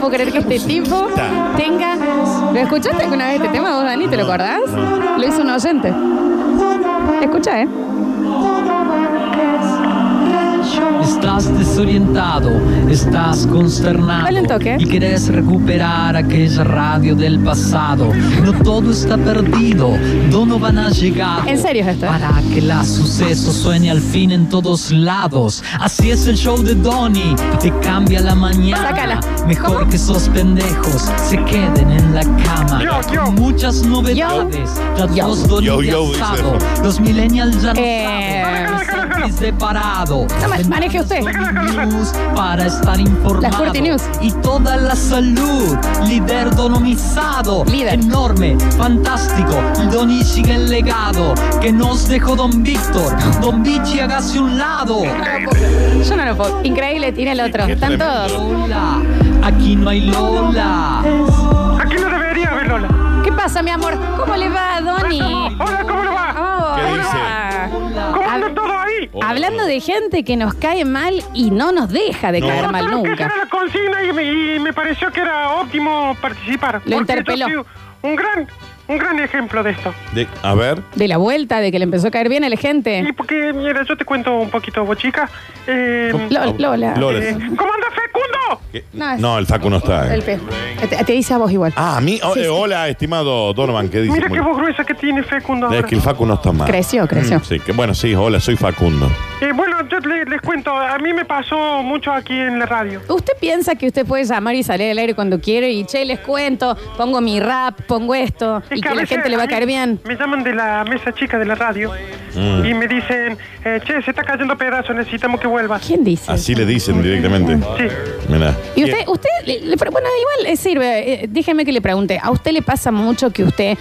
puedo creer que este tipo Ta. tenga. ¿Lo escuchaste alguna vez este tema vos, Dani? ¿Te lo acordás? Lo hizo un oyente. Escucha, ¿eh? Estás desorientado, estás consternado Dale un toque. y querés recuperar aquella radio del pasado. No todo está perdido, Donovan ha llegado. En serio es esto, ¿eh? Para que la suceso suene al fin en todos lados. Así es el show de Donny, te cambia la mañana. Sácala. Mejor que esos pendejos se queden en la cama. Con Muchas novedades, las Yo. dos Donny Yo, de yo, dice. asado. Los millennials ya no Eh. saben. Selfies de parado. No, ma- maneje usted. News para estar informado. Las Curti News. Y toda la salud. Líder donomizado. Líder. Enorme, fantástico. Doni sigue el legado que nos dejó Don Víctor. Don Vichy hágase un lado. Yo no lo puedo. Increíble, tiene el otro. Qué Están tremendo. todos. Lola, aquí no hay Lola. Aquí no debería haber Lola. ¿Qué pasa, mi amor? ¿Cómo le va, Doni? Hola, ¿cómo lo va? Hola. ¿Qué dice? Lola. ¿Cómo A- anda todo ahí? Hablando de gente que nos cae mal y no nos deja de No. caer No, mal Creo que esa nunca. era la consigna y me, y me pareció que era óptimo participar. porque yo interpeló. soy Un gran, un gran ejemplo de esto. De- a ver. De la vuelta, de que le empezó a caer bien a la Y gente. porque, mira, yo te cuento un poquito, bochica. Eh, Lo- Lola. Lola. eh, ¿Cómo anda Fecundo? ¿Qué? No, es- No, el Facu no está. eh. El pe- Te, te dice a vos igual. Ah, a mí. Oh, Sí, eh, sí. Hola, estimado Donovan, ¿qué dice? Mira qué voz gruesa que tiene Fecundo Es ahora. que el Facu no está mal. Creció, creció. Mm, sí, que, bueno, sí, hola, soy Facundo. Eh, bueno, yo le- les cuento, a mí me pasó mucho aquí en la radio. ¿Usted piensa que usted puede llamar y salir al aire cuando quiere y che, les cuento, pongo mi rap, pongo esto Es y que a la veces gente le va a mí caer bien? Me llaman de la mesa chica de la radio Mm. y me dicen, eh, che, se está cayendo pedazo, necesitamos que vuelvas. ¿Quién dice? Así le dicen directamente. Sí. Mirá. Y usted, usted le- le- pero bueno, igual eh, sirve. eh, déjeme que le pregunte. ¿A usted le pasa mucho que usted,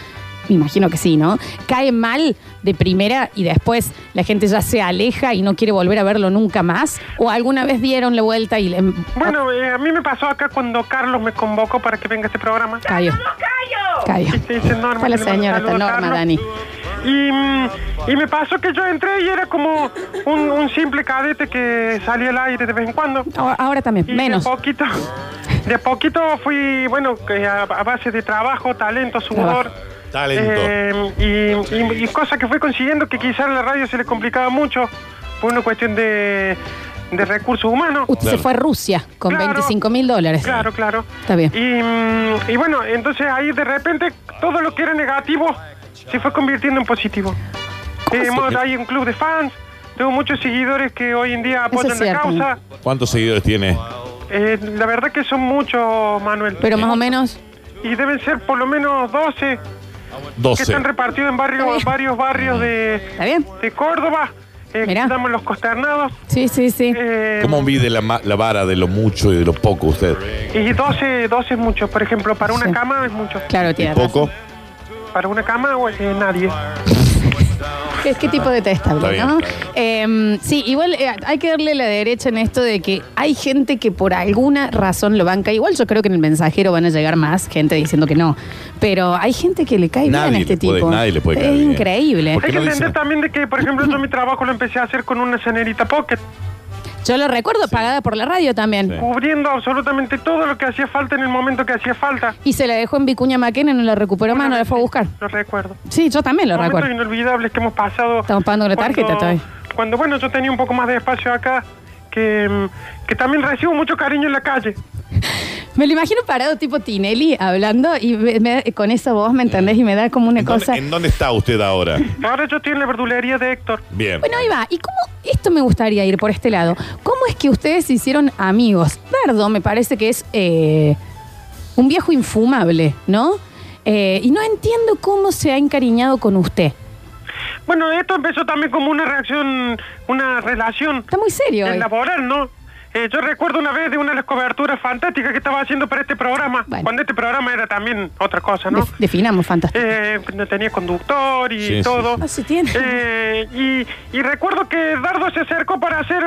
me imagino que sí, ¿no? Cae mal de primera y después la gente ya se aleja y no quiere volver a verlo nunca más? ¿O alguna vez dieron la vuelta y le. ah, Bueno, eh, a mí me pasó acá cuando Carlos me convocó para que venga a este programa. Cayó. Cayó. Este, dice Norma, Está la que le mando señora, saludo está a Norma, Carlos. Dani. Y, mm, y me pasó que yo entré y era como un, un simple cadete que salía al aire de vez en cuando. Ahora, ahora Y también, menos. De poquito, de poquito fui, bueno, que a, a base de trabajo, talento, sudor. Talento. eh, y, y- y cosas que fui consiguiendo que quizás la radio se le complicaba mucho por una cuestión de, de recursos humanos. Usted se Claro. fue a Rusia con Claro. 25 mil dólares. Claro, claro. Está bien. Y, mm, y bueno, entonces ahí de repente todo lo que era negativo se fue convirtiendo en positivo. ¿Cómo Tenemos se- ahí un club de fans, tengo muchos seguidores que hoy en día apoyan es la cierto. causa. ¿Cuántos seguidores tiene? Eh, la verdad que son muchos, Manuel. Pero más o menos. y deben ser por lo menos 12 que 12. están repartidos en Está barrios, bien. varios barrios de, ¿Está bien? de Córdoba. Eh, Mirá. estamos los consternados. Sí, sí, sí. eh, ¿Cómo mide la, ma- la vara de lo mucho y de lo poco usted? y 12, 12 es mucho. Por ejemplo, para una Sí. cama es mucho. Claro, ¿Y tiene razón. poco? Para una cama eh, nadie. ¿Qué, qué tipo de Está testable, bien, no? está Eh, sí, igual eh, hay que darle la derecha en esto de que hay gente que por alguna razón lo banca. Igual yo creo que en el mensajero van a llegar más gente diciendo que no. Pero hay gente que le cae bien Nadie a este le puede- tipo. nadie le puede es caer bien. increíble. ¿Por qué Hay que no entender dicen? también de que, por ejemplo, yo mi trabajo lo empecé a hacer con una cenerita pocket, Yo lo recuerdo pagada por la radio también. Sí. cubriendo absolutamente todo lo que hacía falta en el momento que hacía falta. Y se la dejó en Vicuña Maquena, no la recuperó más, no la fue a buscar. Lo recuerdo. Sí, yo también lo Momentos recuerdo. inolvidables que hemos pasado. Estamos pagando la cuando- tarjeta todavía. Cuando, bueno, yo tenía un poco más de espacio acá, que, mm, que también recibo mucho cariño en la calle. Me lo imagino parado tipo Tinelli hablando y me- me- con esa voz, ¿me entendés? Y me da como una Mm. ¿En dónde, cosa... en dónde está usted ahora? Ahora yo estoy en la verdulería de Héctor. Bien. Bueno, ahí va. ¿Y cómo? Esto me gustaría ir por este lado. ¿Cómo es que ustedes se hicieron amigos? Dardo me parece que es eh, un viejo infumable, ¿no? Eh, y no entiendo cómo se ha encariñado con usted. Bueno, esto empezó también como una reacción, una relación Está muy serio. eh, hoy. laboral, ¿no? Eh, yo recuerdo una vez de una de las coberturas fantásticas que estaba haciendo para este programa, Bueno. cuando este programa era también otra cosa, ¿no? Def- definamos, fantástico. Eh, no tenía conductor y Sí, sí, todo. sí. Ah, sí tiene. Eh, y, y recuerdo que Dardo se acercó para ser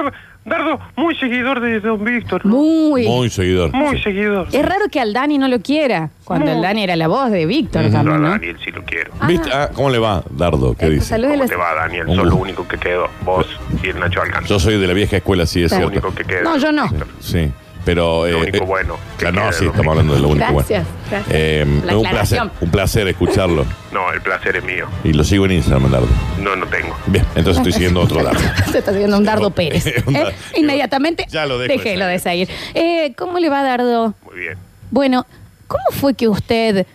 Dardo muy seguidor de Don Víctor. ¿no? Muy. Muy seguidor. Muy Sí. seguidor. Es raro que al Dani no lo quiera, cuando Muy. el Dani era la voz de Víctor Yo a también, ¿no? Daniel sí lo quiero. ¿Viste? Ah, ¿Cómo le va, Dardo? ¿Qué Eh, dice? salúdelo. ¿Cómo te va, Daniel? Un Sos gusto. lo único que quedó. Vos y el Nacho Alcán. Yo soy de la vieja escuela, sí, es Está. lo cierto. único que quedó. No, yo no. Sí. Pero, Lo eh, único eh, bueno que claro, no, queda, sí, ¿no? estamos hablando de lo único Gracias, bueno. gracias. Eh, La es un placer, aclaración. un placer escucharlo. No, el placer es mío. Y lo sigo en Instagram, Lardo. No, no tengo. Bien, entonces estoy siguiendo otro lado. Se está haciendo un Dardo Pérez. Un dardo. ¿eh? Inmediatamente. Ya lo dejo de Déjelo de seguir. seguir. Eh, ¿Cómo le va, Dardo? Muy bien. Bueno, ¿cómo fue que usted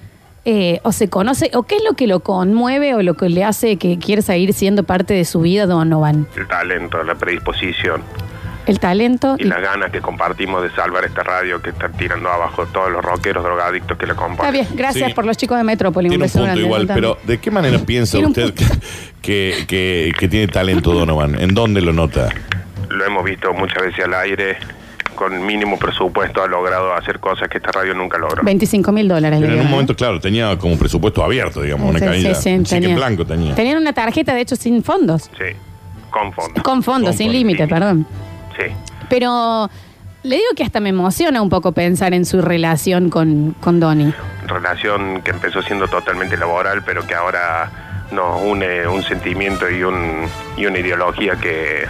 eh, o se conoce, o qué es lo que lo conmueve o lo que le hace que quiere seguir siendo parte de su vida, Donovan? El talento, la predisposición El talento. y las ganas que compartimos de salvar esta radio que están tirando abajo todos los rockeros drogadictos que la Está componen. bien, gracias Sí. por los chicos de Metrópoli. Tiene un beso punto grande, igual, Donovan. pero ¿de qué manera piensa Tiene un usted que, punto. que, que tiene talento Donovan? ¿En dónde lo nota? Lo hemos visto muchas veces al aire. Con mínimo presupuesto ha logrado hacer cosas que esta radio nunca logró. 25 mil dólares. le Pero en digo, un ¿no? momento, claro, tenía como un presupuesto abierto, digamos, una Sí, caída. sí, sí, Cheque tenía. en blanco tenía. Tenían una tarjeta, de hecho, sin fondos. Sí, con fondo. Con fondos, Con sin fondos. límite, perdón. Sí. Pero le digo que hasta me emociona un poco pensar en su relación con, con Donnie. relación que empezó siendo totalmente laboral, pero que ahora nos une un sentimiento y, un, y una ideología que,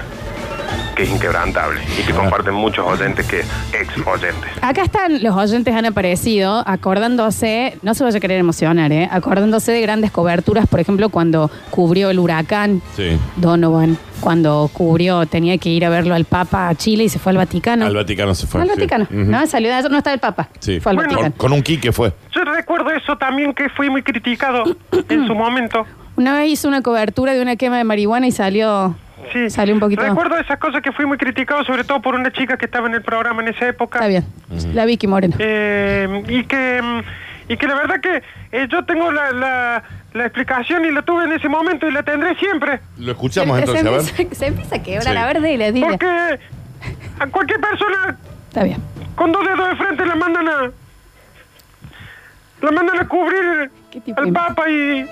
que es inquebrantable y que comparten muchos oyentes que ex oyentes. Acá están, los oyentes han aparecido acordándose, no se vaya a querer emocionar, ¿eh? acordándose de grandes coberturas, por ejemplo, cuando cubrió el huracán Sí. Donovan, cuando cubrió, tenía que ir a verlo al Papa a Chile y se fue al Vaticano. Al Vaticano se fue. Al sí. Vaticano, Ujú. ¿no? Salió de allá, no está el Papa, Sí. fue al Bueno. Con, Vaticano. con un Quique fue. Yo recuerdo eso también que fui muy criticado en su momento. Una vez hizo una cobertura de una quema de marihuana y salió... Sí. Sale un poquito. Recuerdo esas cosas que fui muy criticado, sobre todo por una chica que estaba en el programa en esa época. Está bien, la Vicky Moreno. Eh, y que mm, y que la verdad que eh, yo tengo la, la, la explicación y la tuve en ese momento y la tendré siempre. Lo escuchamos se, entonces, a ver. empieza, se empieza a quebrar, Sí. a ver, dile, dile. Porque a cualquier persona Está bien. con dos dedos de frente la mandan a. La mandan a cubrir ¿Qué tipo al de- Papa y.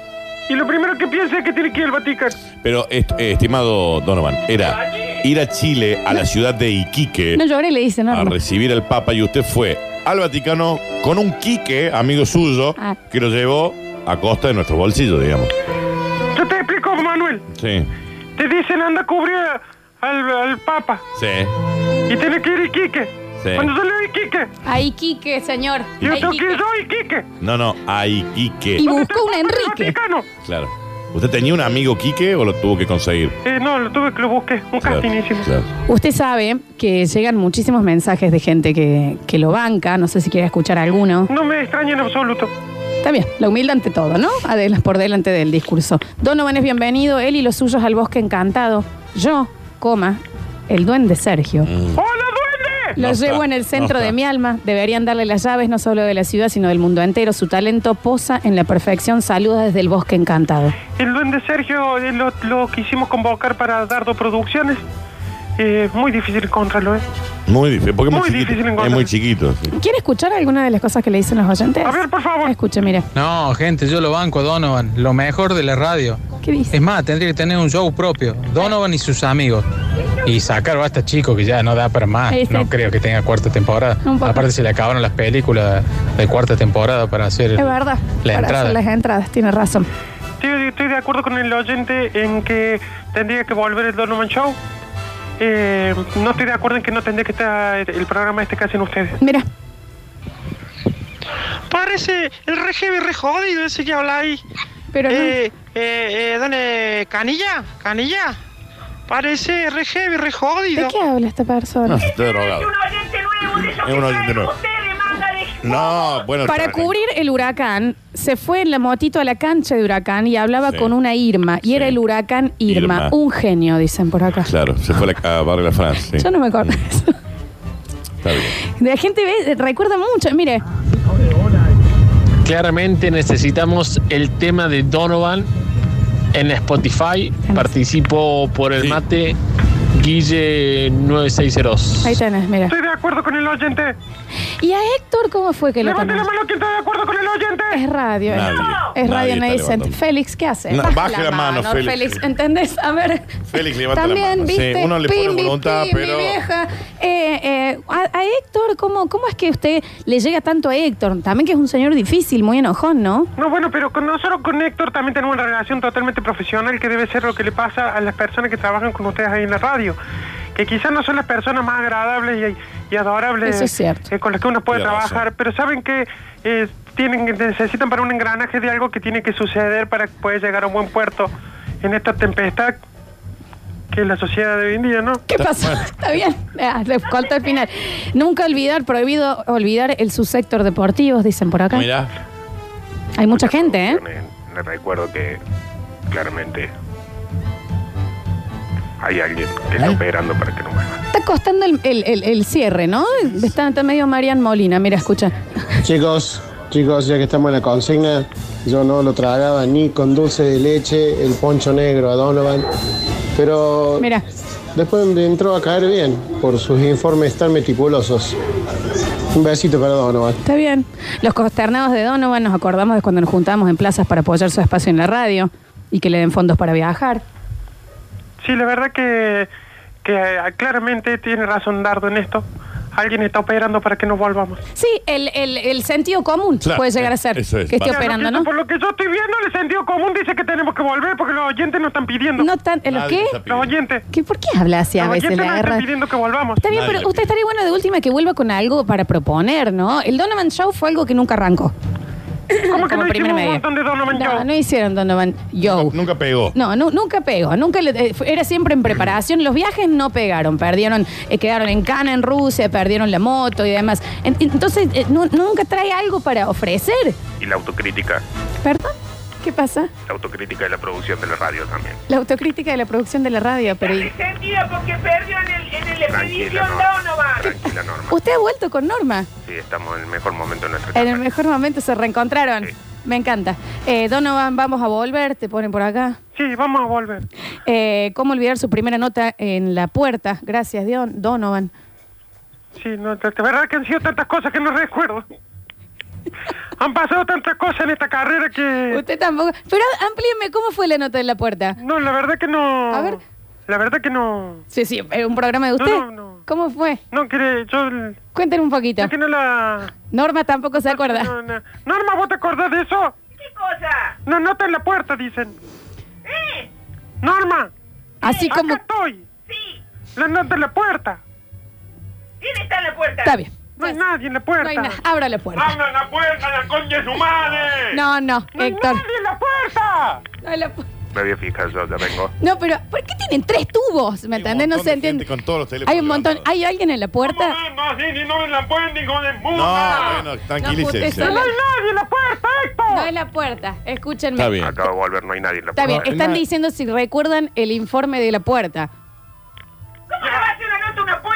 Y lo primero que piensa es que tiene que ir al Vaticano. Pero, est- eh, estimado Donovan, era ir a Chile, a la ciudad de Iquique, No lloré, le dice, no, a no. recibir al Papa y usted fue al Vaticano con un Quique, amigo suyo, Ah. que lo llevó a costa de nuestro bolsillo, digamos. Yo te explico, Manuel. Sí. Te dicen anda a cubrir a- al, al Papa. Sí. Y tiene que ir a Iquique. Sí. Cuando sale de Iquique. Ahí, Quique, señor. Yo Ahí, tengo que Quique. ir yo a Iquique. No, no, a Iquique. Y ¿Dónde buscó está un el Papa del Enrique. Vaticano? Claro. ¿Usted tenía un amigo Quique o lo tuvo que conseguir? Eh, no, lo tuve que lo busqué. Un Claro, casting hicimos. claro. Usted sabe que llegan muchísimos mensajes de gente que, que lo banca. No sé si quiere escuchar alguno. No me extraña en absoluto. Está bien, la humildad ante todo, ¿no? Adelas por delante del discurso. Donovan es bienvenido, él y los suyos al bosque encantado. Yo, coma, el duende Sergio. Mm. ¡Hola, duende! Lo No llevo está, en el centro no de está. mi alma. Deberían darle las llaves no solo de la ciudad, sino del mundo entero. Su talento posa en la perfección. Saluda desde el bosque encantado. El duende Sergio eh, lo, lo quisimos convocar para Dardo Producciones. Eh, muy difícil encontrarlo, ¿eh? Muy difícil, porque es muy, Muy chiquito. difícil es encontrar. muy chiquito. sí. ¿Quiere escuchar alguna de las cosas que le dicen los oyentes? A ver, por favor. Escuche, mire. No, gente, yo lo banco a Donovan, lo mejor de la radio. ¿Qué dice? Es más, tendría que tener un show propio, Donovan y sus amigos. Y sacarlo a este chico que ya no da para más. Ahí está. No creo que tenga cuarta temporada. Un poco. Aparte se le acabaron las películas de cuarta temporada para hacer Es verdad. la para entrada. hacer las entradas, tiene razón. Estoy, estoy de acuerdo con el oyente en que tendría que volver el Donovan Show. Eh, no estoy de acuerdo en que no tendría que estar el programa este que hacen ustedes. Mira, Parece el re heavy, re jodido ese que habla ahí. pero no. Eh, eh, eh, ¿Dónde? ¿Canilla? ¿Canilla? Parece re heavy, re ¿de jodido. qué habla esta persona? No, se está drogado. un oyente nuevo de esos Es un que oyente traen nuevo. ustedes, manga de No, bueno. Para está bien. cubrir el huracán, se fue en la motito a la cancha de huracán y hablaba Sí. con una Irma. Y Sí. era el huracán Irma. Irma. Un genio, dicen por acá. Claro, se fue a la- a Barrio de la Francia. sí. Yo no me acuerdo de eso. Está bien. La gente ve- recuerda mucho. Mire, Claramente necesitamos el tema de Donovan en Spotify. Participo por el Sí. mate Guille 9602. ahí tenés, mira. Estoy de acuerdo con el oyente. ¿Y a Héctor cómo fue que lo Levante la conoce? mano quien está de acuerdo con el oyente. Es radio. es- Nadie. Es radio, nadie Nadie está dice. levantando. Félix, ¿qué hace? No, baje la mano, Félix. ¿entendés? A ver. Félix, levanta la También, mano. ¿viste? Sí, uno le pone Pimbi, voluntad, pimbi, pero- vieja. Eh, eh, a, a Héctor, ¿cómo, ¿cómo es que usted le llega tanto a Héctor? También que es un señor difícil, muy enojón, ¿no? No, bueno, pero con nosotros con Héctor también tenemos una relación totalmente profesional que debe ser lo que le pasa a las personas que trabajan con ustedes ahí en la radio. que quizás no son las personas más agradables y, y adorables Eso es cierto. eh, con las que uno puede Tiene razón. trabajar, pero saben que eh, tienen que- necesitan para un engranaje de algo que tiene que suceder para poder llegar a un buen puerto en esta tempestad que es la sociedad de hoy en día, ¿no? ¿Qué pasó? Está bien. Ah, le corto el final. Nunca olvidar, prohibido olvidar el subsector deportivo, dicen por acá. Mirá, Hay mucha gente, ¿eh? Le recuerdo que claramente hay alguien que está operando para que no mueva. Está costando el, el- el- el cierre, ¿no? Está, está medio Marian Molina, mira, escucha. Chicos, chicos, ya que estamos en la consigna, yo no lo tragaba ni con dulce de leche, el poncho negro a Donovan, pero Mira. después me entró a caer bien por sus informes tan meticulosos. Un besito para Donovan. Está bien. Los consternados de Donovan nos acordamos de cuando nos juntábamos en plazas para apoyar su espacio en la radio y que le den fondos para viajar. Sí, la verdad que, que eh, claramente tiene razón Dardo en esto. Alguien está operando para que no volvamos. Sí, el, el- el sentido común Claro, puede llegar a ser eso es, que esté vale. operando, eh, Claro, ¿no? Por lo que yo estoy viendo, el sentido común dice que tenemos que volver porque los oyentes nos están pidiendo. No tan, ¿en ¿Lo Nadie qué? está Los oyentes. ¿Qué? ¿Por qué habla así a los veces oyentes la nos guerra? están pidiendo que volvamos. Está bien, Nadie pero le usted pide. estaría bueno de última que vuelva con algo para proponer, ¿no? El Donovan Show fue algo que nunca arrancó. ¿Cómo que no primer hicimos un medio. montón de Donovan No, Show? no hicieron Donovan Show. nunca pegó. No, nu- nunca pegó, nunca le- eh, fue- era siempre en preparación. Los viajes no pegaron, perdieron, eh, quedaron en Cana, en Rusia, perdieron la moto y demás. En- entonces, eh, nu- nunca trae algo para ofrecer. Y la autocrítica, ¿Perdón? ¿Qué pasa? la autocrítica de la producción de la radio también. La autocrítica de la producción de la radio, pero ¿y- Resentida porque perdió en el, en el Tranquila, expedición Norma. Donovan. Tranquila, Norma. usted ha vuelto con Norma. Sí, estamos en el mejor momento de nuestra En el carrera. mejor momento se reencontraron. Sí. Me encanta. Eh, Donovan, vamos a volver, te ponen por acá. Sí, vamos a volver. Eh, ¿Cómo olvidar su primera nota en la puerta? Gracias, Dion- Donovan. Sí, no, la la verdad que han sido tantas cosas que no recuerdo. Han pasado tantas cosas en esta carrera que... Usted tampoco. Pero amplíeme, ¿cómo fue la nota en la puerta? No, la verdad que no... A ver. La verdad que no... Sí, sí, eh, un programa de usted. No, no, no. ¿Cómo fue? No, que yo... Cuéntenme un poquito. yo que no la... Norma tampoco se no, acuerda. no. Norma, ¿vos te acordás de eso? ¿Qué cosa? No, nota en la puerta, dicen. ¿Eh? Norma, Así acá como. estoy. Sí. La nota en la puerta. ¿Quién está en la puerta? Está bien. No hay Ya- nadie en la Pues, no puerta. hay nada. Abra la puerta. ¡Abran la puerta, la concha de su madre! No, no, ¡No hay Héctor. nadie en la puerta! No, la pu- Me voy a fijar yo, ya vengo. no, pero ¿por qué tienen tres tubos? ¿Me Hay un entendés? No montón se de entiende. gente con todos los teléfonos Hay un montón. levantados. ¿Hay alguien en la puerta? No, así ni no me la pueden, hijo de No, puta. No, bueno, usted tranquilícese. solo- ¡No hay nadie en la puerta, Héctor! No es la puerta. Escúchenme. Está bien. Acabo de volver, no hay nadie en la Está bien. puerta. Están diciendo si recuerdan el informe de la puerta. ¿Cómo le va a hacer una nota a una puerta?